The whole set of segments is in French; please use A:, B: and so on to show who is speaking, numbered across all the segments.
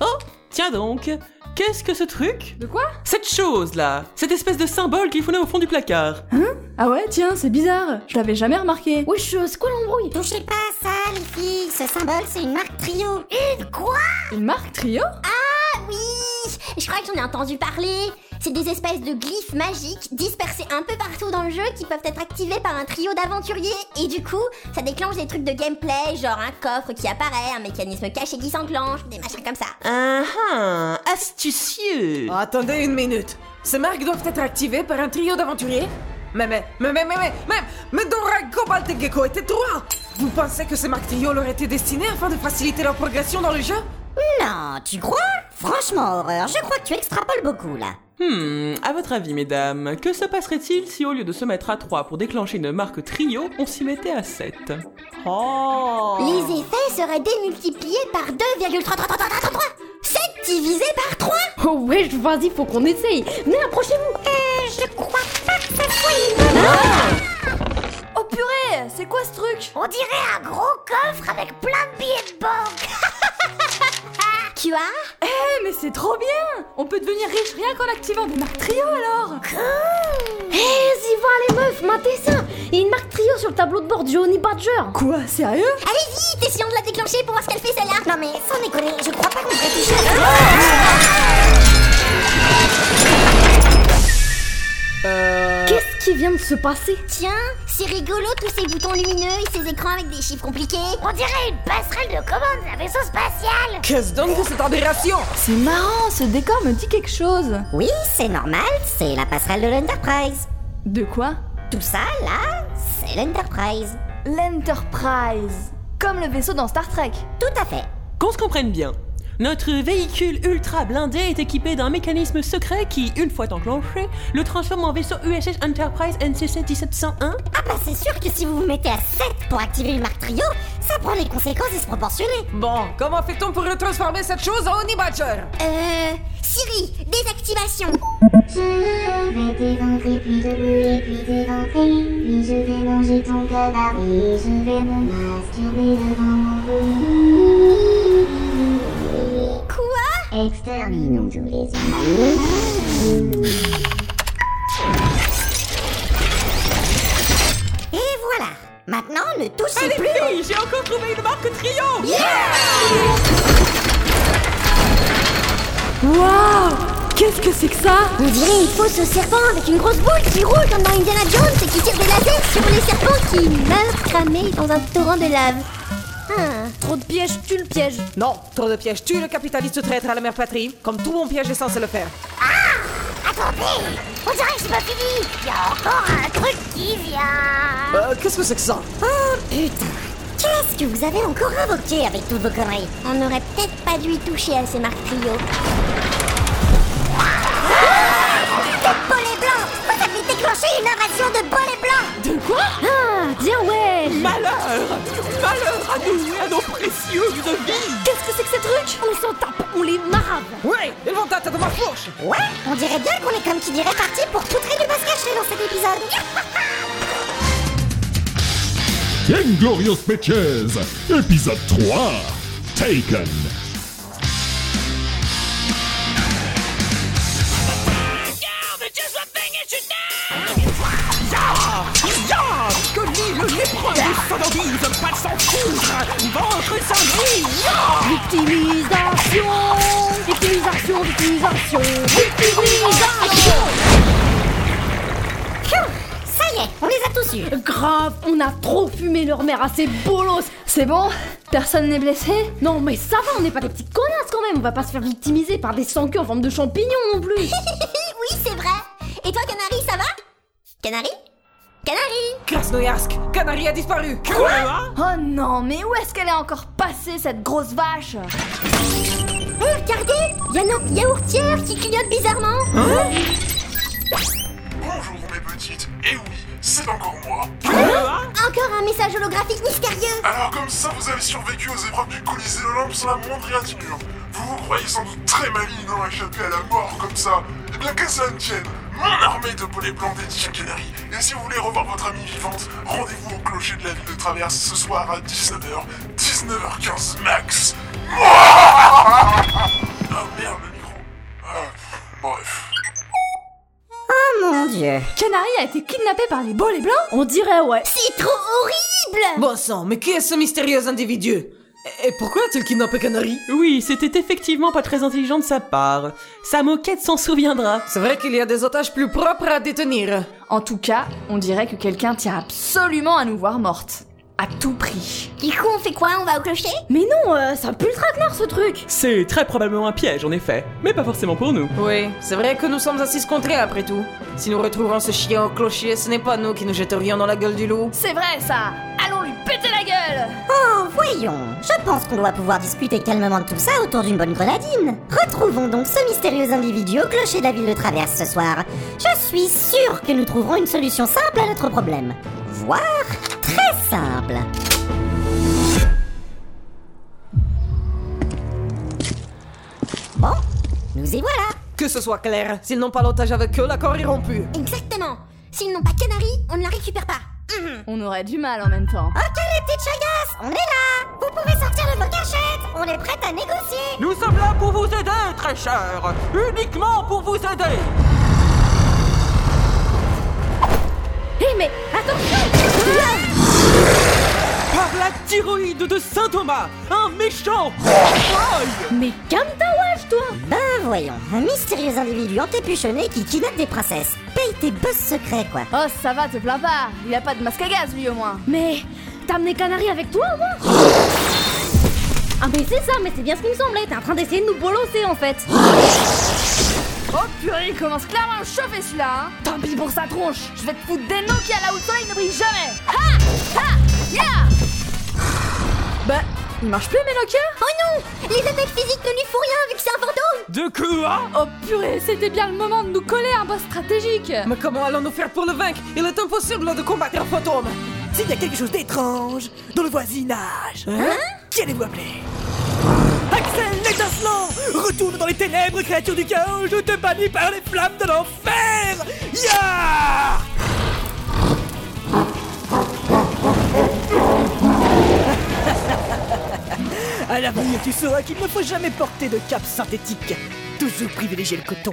A: Oh, Tiens donc, qu'est-ce que ce truc
B: De quoi
A: Cette chose là Cette espèce de symbole qu'il fournait au fond du placard
B: Ah ouais, tiens, c'est bizarre, je l'avais jamais remarqué.
C: Wesh, euh, c'est quoi l'embrouille
D: Touchez pas à ça, les filles. Ce symbole, c'est une marque trio. Une quoi
B: Une marque trio
D: Eh Oui Je crois que j'en ai entendu parler. C'est des espèces de glyphes magiques dispersés un peu partout dans le jeu qui peuvent être activés par un trio d'aventuriers. Et du coup, ça déclenche des trucs de gameplay, genre un coffre qui apparaît, un mécanisme caché qui s'enclenche, des machins comme ça.
A: Ah ah Astucieux
E: Ah, Attendez une minute. Ces marques doivent être activées par un trio d'aventuriers Mais mais mais mais mais mais mais mais Dora, Cobalt et Gecko étaient trois. Vous pensez que ces marques trio leur étaient destinées afin de faciliter leur progression dans le jeu
D: Non, tu crois Franchement, Horreur, je crois que tu extrapoles beaucoup, là.
A: Hmm, à votre avis, mesdames, que se passerait-il si au lieu de se mettre à 3 pour déclencher une marque trio, on s'y mettait à 7 Oh
D: Les effets seraient démultipliés par 2,333333 7 divisé par 3
C: Oh wesh, vas-y, faut qu'on essaye Venez, approchez-vous
D: Eh, Je crois pas que ça soit Hein
B: Oh purée, c'est quoi ce truc
D: On dirait un gros coffre avec plein de billets de banque Tu as
B: Eh mais c'est trop bien On peut devenir riche rien qu'en activant des marques trio alors
C: Eh, y voir les meufs, matez ça Il y a une marque trio sur le tableau de bord du Honey Badger
B: Quoi, sérieux
D: Allez-y, essayons de la déclencher pour voir ce qu'elle fait celle-là Non mais sans déconner, je crois pas qu'on pourrait toucher à
C: Qu'est-ce qui vient de se passer
D: Tiens, c'est rigolo tous ces boutons lumineux et ces écrans avec des chiffres compliqués On dirait une passerelle de commande d'un vaisseau spatial
E: Qu'est-ce donc que cette aberration
B: C'est marrant, ce décor me dit quelque chose.
D: Oui, c'est normal, c'est la passerelle de l'Enterprise
B: De quoi
D: Tout ça, là, c'est l'Enterprise
B: L'Enterprise Comme le vaisseau dans Star Trek.
D: Tout à fait
A: Qu'on se comprenne bien. Notre véhicule ultra blindé est équipé d'un mécanisme secret qui, une fois enclenché, le transforme en vaisseau USS Enterprise NCC 1701
D: Ah bah c'est sûr que si vous vous mettez à 7 pour activer le marque trio, ça prend des conséquences disproportionnées
E: Bon, comment fait-on pour retransformer cette chose en Honey Badger
D: Euh... Siri, désactivation
F: Je vais t'éventrer, puis te brûler, puis t'éventrer. Puis je vais manger ton cadavre, et je vais me masturber devant mon bruit.
D: Quoi
F: Exterminons tous les humains.
D: Et voilà Maintenant, ne touchez
A: Les
D: plus
A: filles, j'ai encore trouvé une marque trio
B: Waouh Qu'est-ce que c'est que ça
D: On dirait une fausse serpent avec une grosse boule qui roule comme dans Indiana Jones et qui tire des lasers sur les serpents qui meurent cramés dans un torrent de lave. Ah.
C: Trop de pièges, tu le pièges
E: Non, trop de pièges tue le capitaliste traître à la mère patrie, comme tout mon piège est censé le faire.
D: Attendez On dirait que c'est pas fini Il y a encore un truc qui vient
E: Euh, qu'est-ce que c'est que ça
D: Oh putain Qu'est-ce que vous avez encore invoqué avec toutes vos conneries On n'aurait peut-être pas dû y toucher à ces marques trio. Ah Cette bolée blanc Vous avez déclenché une invasion de bolets blancs
C: Ah, bien ouais
A: Malheur Malheur à nous et à nos précieux de vie
C: Qu'est-ce que c'est que ces trucs On s'en tape, on les marave
E: Ouais, ils vont tâter de ma fourche
D: Ouais, on dirait bien qu'on est comme qui dirait parti pour tout traiter du se cacher dans cet épisode.
G: Bien Glorious Bitches, épisode 3, Taken.
A: Que lit le lépreux vous sonorise, pas de s'en foutre Ventre sans vie
C: Victimisation Victimisation, victimisation Victimisation
D: Ça y est, on les a tous eus.
C: Grave, on a trop fumé leur mère à ces bolos
B: C'est bon Personne n'est blessé
C: Non mais ça va, on n'est pas des petites connasses quand même On va pas se faire victimiser par des sans en forme de champignons non plus
D: oui, c'est vrai. Et toi, Canary, ça va Canary Canary
E: Krasnoyarsk, Canary a disparu
B: Oh non, mais où est-ce qu'elle est encore passée cette grosse vache
D: Eh, regardez Il y a nos yaourtières qui clignotent bizarrement.
H: Bonjour mes petites, et oui, c'est encore moi.
D: Encore un message holographique mystérieux.
H: Alors comme ça, vous avez survécu aux épreuves du Colisée d'Olympe sans la moindre égratignure. Vous vous croyez sans doute très maligne d'en échapper à la mort comme ça. Eh bien qu'à cela ne tienne, mon armée de poulets blancs dédiée à Canary. Et si vous voulez revoir votre amie vivante, rendez-vous au clocher de la ville de Traverse ce soir à 19h, 19h15 max. Ah merde, le micro. Ah, pff, bref.
D: Mon dieu.
B: Canary a été kidnappé par les beaux les blancs
C: On dirait, ouais.
I: C'est trop horrible
E: Bon sang, mais qui est ce mystérieux individu Et pourquoi a-t-il kidnappé Canary
A: Oui, c'était effectivement pas très intelligent de sa part. Sa moquette s'en souviendra.
E: C'est vrai qu'il y a des otages plus propres à détenir.
B: En tout cas, on dirait que quelqu'un tient absolument à nous voir mortes. À tout prix.
I: Du coup, on fait quoi On va au clocher
C: Mais non, euh, ça pue le traquenard ce truc
A: C'est très probablement un piège, en effet, mais pas forcément pour nous.
E: Oui, c'est vrai que nous sommes à 6 contre un, après tout. Si nous retrouvons ce chien au clocher, ce n'est pas nous qui nous jetterions dans la gueule du loup.
B: C'est vrai ça Allons lui péter la gueule
D: Oh, voyons. Je pense qu'on doit pouvoir discuter calmement de tout ça autour d'une bonne grenadine. Retrouvons donc ce mystérieux individu au clocher de la ville de Traverse ce soir. Je suis sûre que nous trouverons une solution simple à notre problème. Voire très simple. Bon, nous y voilà.
E: Que ce soit clair, s'ils n'ont pas l'otage avec eux, l'accord est rompu.
I: Exactement S'ils n'ont pas Canary, on ne la récupère pas.
B: On aurait du mal en même temps.
D: Ok les petites chagasses, on est là Vous pouvez sortir de vos cachettes, on est prête à négocier
J: Nous sommes là pour vous aider, très cher Uniquement pour vous aider
C: Hé, mais attention
A: Par la thyroïde de Saint Thomas Un méchant
C: Mais calme ta wage, toi
D: Ben voyons, un mystérieux individu antépuchonné qui kidnappe des princesses. Paye tes boss secrets quoi
B: Oh, ça va, te plains pas Il a pas de masque à gaz, lui, au moins
C: Mais t'as amené Canary avec toi, au moins Ah, mais c'est ça, mais c'est bien ce qui me semblait. T'es en train d'essayer de nous bolosser, en fait.
B: Oh purée, il commence clairement à me chauffer, celui-là hein. Tant pis pour sa tronche Je vais te foutre des noms qui, à la haute soleil, ne brillent jamais Ha Ha Ya Bah, il marche plus, mes lockers
I: Oh non Les attaques physiques ne lui font rien vu que c'est un fantôme
A: De quoi
B: Oh purée, c'était bien le moment de nous coller un boss stratégique
E: Mais comment allons-nous faire pour le vaincre Il est impossible de combattre un fantôme
K: S'il y a quelque chose d'étrange dans le voisinage, hein Qui allez-vous appeler Axel l'étincelant Retourne dans les ténèbres, créature du chaos, je te bannis par les flammes de l'enfer Ya À l'avenir, tu sauras qu'il ne faut jamais porter de cape synthétique. Toujours privilégier le coton,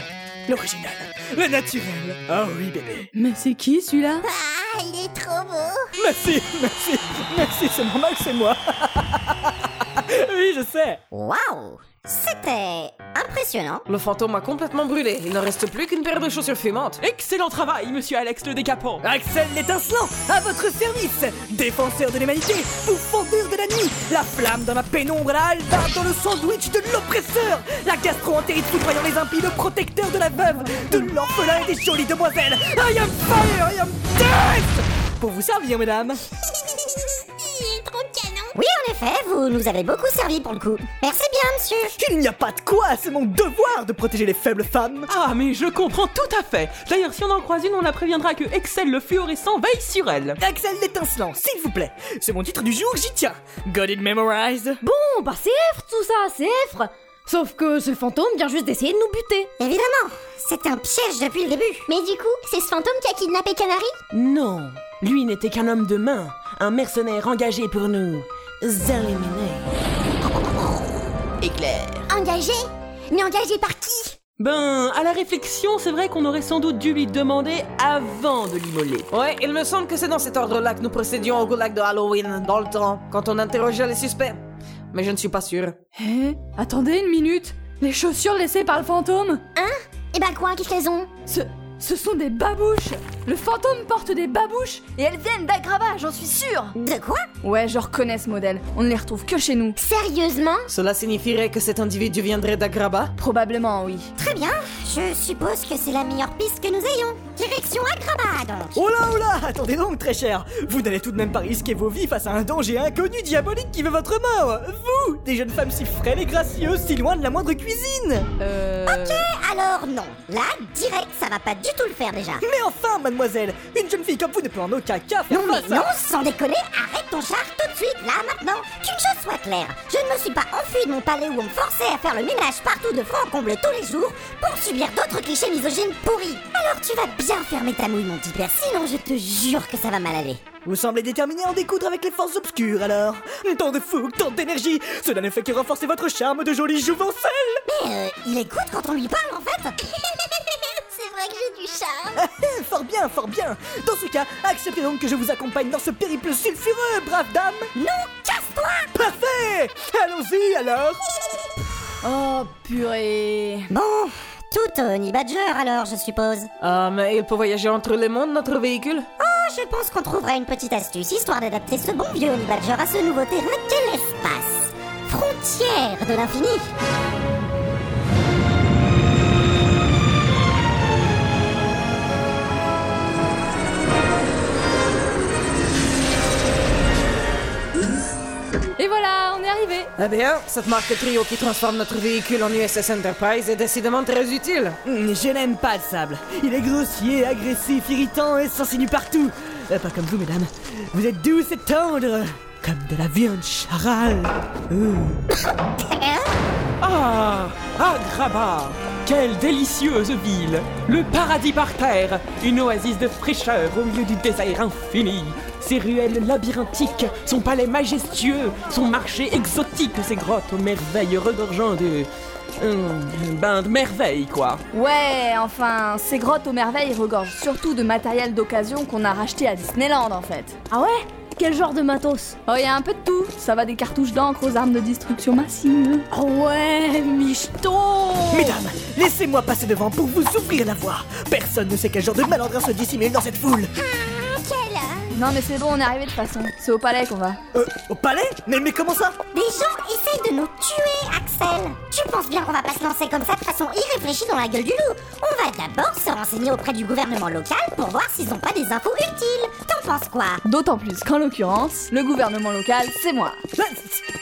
K: l'original, le naturel. Ah oui, bébé.
B: Mais c'est qui, celui-là
I: Ah, il est trop beau
K: Merci, merci, merci, c'est normal que c'est moi. oui, je sais.
D: Waouh C'était impressionnant.
E: Le fantôme a complètement brûlé, il ne reste plus qu'une paire de chaussures fumantes.
A: Excellent travail, monsieur Alex le décapant
K: Axel l'étincelant, à votre service Défenseur de l'humanité, pour fondeur de la nuit La flamme dans la pénombre, la hallebarde dans le sandwich de l'oppresseur La gastro-entérite foudroyant les impies, le protecteur de la veuve De l'orphelin et des jolies demoiselles I am fire, I am death Pour vous servir, mesdames
I: Il est trop canon
D: Oui, en effet, vous nous avez beaucoup servi pour le coup. Merci bien, monsieur.
K: Il n'y a pas de quoi, c'est mon devoir de protéger les faibles femmes
A: Ah, mais je comprends tout à fait D'ailleurs, si on en croise une, on la préviendra que Excel le fluorescent veille sur elle
K: Axel l'étincelant, s'il vous plaît C'est mon titre du jour, j'y tiens Got it memorized
C: Bon, bah c'est effre tout ça, c'est effre Sauf que ce fantôme vient juste d'essayer de nous buter.
D: Évidemment, c'est un piège depuis le début.
I: Mais du coup, c'est ce fantôme qui a kidnappé Canary
A: Non Lui n'était qu'un homme de main, un mercenaire engagé pour nous éliminer.
I: Engagé Mais engagé par qui
A: Ben, à la réflexion, c'est vrai qu'on aurait sans doute dû lui demander avant de l'immoler.
E: Ouais, il me semble que c'est dans cet ordre-là que nous procédions au goulag de Halloween, dans le temps, quand on interrogeait les suspects. Mais je ne suis pas sûr.
B: Hé Attendez une minute Les chaussures laissées par le fantôme
I: Eh ben quoi, qu'est-ce qu'elles ont
B: Ce, ce sont des babouches Le fantôme porte des babouches et elles viennent d'Agrava, j'en suis sûre
D: De quoi
B: Ouais, je reconnais ce modèle. On ne les retrouve que chez nous.
I: Sérieusement
E: Cela signifierait que cet individu viendrait d'Agraba
B: Probablement, oui.
D: Très bien, je suppose que c'est la meilleure piste que nous ayons. Direction Agrabah, donc.
K: Oh là oh là Attendez donc, très cher Vous n'allez tout de même pas risquer vos vies face à un danger inconnu diabolique qui veut votre mort Vous Des jeunes femmes si frêles et gracieuses, si loin de la moindre cuisine
B: Euh...
D: Alors non, là, direct, ça va pas du tout le faire déjà.
K: Mais enfin, mademoiselle Une jeune fille comme vous ne peut en aucun cas faire
D: Non mais
K: face à-
D: non, sans déconner, arrête ton char tout de suite, là, maintenant. Qu'une chose soit claire, je ne me suis pas enfuie de mon palais où on me forçait à faire le ménage partout de franc en comble tous les jours pour subir d'autres clichés misogynes pourris. Alors Alors tu vas bien fermer ta mouille, mon petit père, sinon je te jure que ça va mal aller.
K: Vous semblez déterminé à en découdre avec les forces obscures alors Tant de fougue, tant d'énergie Cela ne fait que renforcer votre charme de jolie jouvencelle
D: Mais euh, il écoute quand on lui parle en fait
L: C'est vrai que j'ai du charme.
K: Fort bien, fort bien Dans ce cas, acceptez donc que je vous accompagne dans ce périple sulfureux, brave dame
D: Non, casse-toi
K: Parfait Allons-y alors
B: Oh purée.
D: Bon, tout Tony Badger alors, je suppose.
E: Ah, mais il peut voyager entre les mondes, notre véhicule
D: Ah, je pense qu'on trouvera une petite astuce histoire d'adapter ce bon vieux Honey Badger à ce nouveau terrain qu'est l'espace. Frontière de l'infini.
B: Et voilà, on est arrivé.
E: Eh bien, cette marque de trio qui transforme notre véhicule en USS Enterprise est décidément très utile.
K: Hmm, Je n'aime pas le sable. Il est grossier, agressif, irritant et s'insinue partout. Euh, pas comme vous, mesdames. Vous êtes douce et tendre, comme de la viande charale. Euh. Ouh.
A: Ah Agrabah Quelle délicieuse ville Le paradis par terre Une oasis de fraîcheur au milieu du désert infini Ses ruelles labyrinthiques, son palais majestueux, son marché exotique, ses grottes aux merveilles regorgeant de... hum, ben de merveilles quoi
B: Ouais, enfin, ces grottes aux merveilles regorgent surtout de matériel d'occasion qu'on a racheté à Disneyland en fait.
C: Ah ouais Quel genre de matos
B: Oh, y a un peu de tout. Ça va des cartouches d'encre aux armes de destruction massive.
C: Oh ouais, michto
K: Mesdames, laissez-moi passer devant pour vous ouvrir la voie. Personne ne sait quel genre de malandrin se dissimule dans cette foule.
L: Ah, quel homme
B: Non mais c'est bon, on est arrivé de toute façon. C'est au palais qu'on va.
K: Euh, au palais mais, mais comment ça Hein?
D: Les gens essayent de nous tuer, Axel. Tu penses bien qu'on va pas se lancer comme ça de façon irréfléchie dans la gueule du loup On va d'abord se renseigner auprès du gouvernement local pour voir s'ils ont pas des infos utiles. T'en penses quoi
B: D'autant plus qu'en l'occurrence, le gouvernement local, c'est moi.
K: Hein,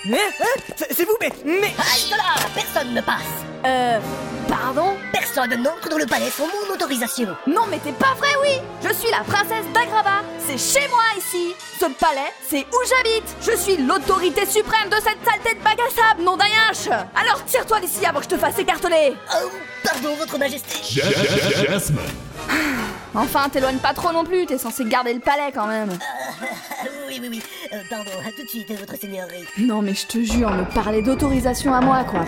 K: hein, C'est c'est vous, mais... mais...
M: Aïe de là Bah, Personne ne passe
B: Euh... Pardon
M: Personne n'entre dans le palais sans mon autorisation
B: Non mais t'es pas vrai, oui Je suis la princesse d'Agrava. C'est chez moi ici. Ce palais, c'est où j'habite. Je suis l'autorité suprême de cette saleté de bac à sable, nom d'un yinche. Alors tire-toi d'ici avant que je te fasse écarteler.
M: Oh, pardon, votre majesté
N: Ja- ja- ja- Jasmine
B: Enfin, t'éloigne pas trop non plus. T'es censé garder le palais quand même.
M: Ah Oui, oui, oui, Euh, pardon, à tout de suite, votre seigneurie
B: Non mais je te jure, me parler d'autorisation à moi quoi.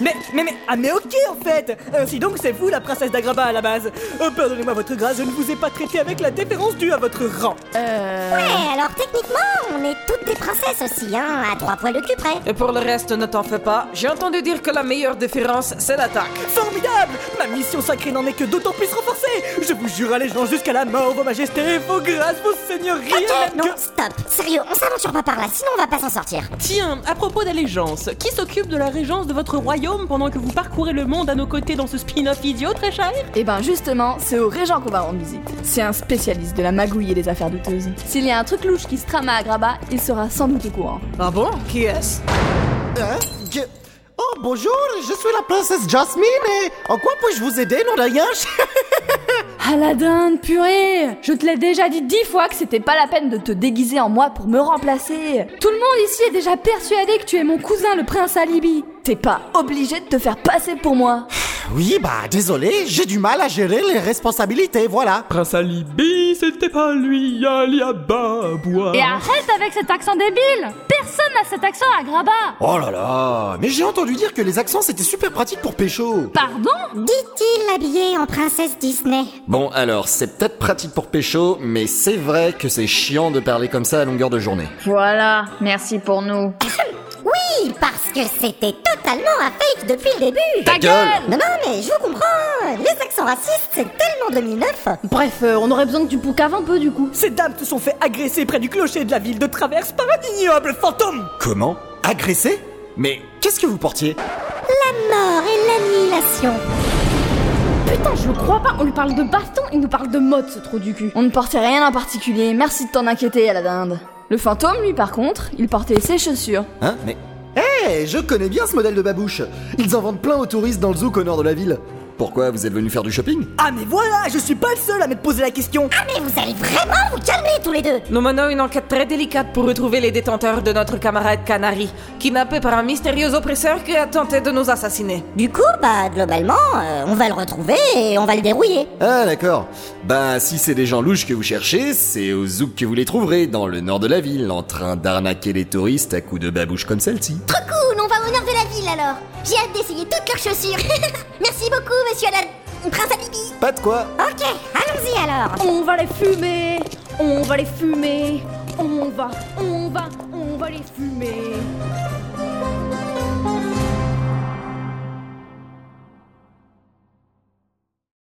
K: Mais, mais, mais, ah mais ok en fait Ainsi donc c'est vous la princesse d'Agraba à la base Euh, Pardonnez-moi votre grâce, je ne vous ai pas traité avec la déférence due à votre rang
B: Euh...
D: Ouais, Eh, alors techniquement, on est toutes des princesses aussi, hein, à trois poils de cul près.
E: Et pour le reste, ne t'en fais pas. J'ai entendu dire que la meilleure différence, c'est l'attaque.
K: Formidable Ma mission sacrée n'en est que d'autant plus renforcée Je vous jure allégeance jusqu'à la mort, vos majestés, vos grâces, vos seigneuries
D: Ok,
K: et même
D: non,
K: que-
D: stop. Sérieux, on s'aventure pas par là, sinon on va pas s'en sortir.
A: Tiens, à propos d'allégeance, qui s'occupe de la régence de votre royaume pendant que vous parcourez le monde à nos côtés dans ce spin-off idiot très cher
B: Et ben justement, c'est au régent qu'on va rendre visite. C'est un spécialiste de la magouille et des affaires douteuses. S'il y a un truc louche qui se trame à Agrabah, il sera sans doute au courant.
E: Ah bon Qui est-ce
O: Hein Je- Oh bonjour, je suis la princesse Jasmine et en quoi puis-je vous aider, non rien
B: Aladdin, purée Je te l'ai déjà dit dix fois que c'était pas la peine de te déguiser en moi pour me remplacer. Tout le monde ici est déjà persuadé que tu es mon cousin le prince Alibi. T'es pas obligé de te faire passer pour moi.
O: Oui, bah désolé, j'ai du mal à gérer les responsabilités, voilà.
A: Prince Alibi, c'était pas lui, Aliababa
C: Et arrête avec cet accent débile Personne n'a cet accent à Graba
O: Oh là là, mais j'ai entendu dire que les accents c'était super pratique pour pécho.
C: Pardon
D: Dit-il habillé en princesse Disney.
P: Bon alors, c'est peut-être pratique pour pécho, mais c'est vrai que c'est chiant de parler comme ça à longueur de journée.
Q: Voilà, merci pour nous.
D: Oui, parce que c'était totalement un fake depuis le début.
Q: Ta gueule
D: Non, non, mais je vous comprends. Les accents racistes, c'est tellement 2009.
C: Bref, euh, on aurait besoin que tu poucaves un peu du coup.
K: Ces dames se sont fait agresser près du clocher de la ville de Traverse par un ignoble fantôme
P: Comment
O: Agressé
P: Mais qu'est-ce que vous portiez
D: La mort et l'annihilation.
C: Putain, je le crois pas, on lui parle de baston, il nous parle de mode ce trou du cul.
B: On ne portait rien en particulier, merci de t'en inquiéter, Aladdin. Le fantôme, lui, par contre, il portait ses chaussures.
P: Hein Mais
O: Eh, je connais bien ce modèle de babouche. Ils en vendent plein aux touristes dans le zoo au nord de la ville. Pourquoi vous êtes venu faire du shopping
K: Ah mais voilà, je suis pas le seul à m'être posé la question. Ah mais vous allez vraiment vous calmer tous les deux.
E: Nous menons une enquête très délicate pour retrouver les détenteurs de notre camarade Canary, kidnappé par un mystérieux oppresseur qui a tenté de nous assassiner.
R: Du coup, bah globalement, euh, on va le retrouver et on va le dérouiller.
O: Ah d'accord. Bah si c'est des gens louches que vous cherchez, c'est au zouk que vous les trouverez, dans le nord de la ville, en train d'arnaquer les touristes à coups de babouche comme celle-ci.
D: Trop cool, on va au nord de la ville alors. J'ai hâte d'essayer toutes leurs chaussures. Merci beaucoup, monsieur la prince Alibi.
O: Pas de quoi
D: Ok, allons-y alors.
C: On va les fumer, on va les fumer, on va, on va, on va les fumer.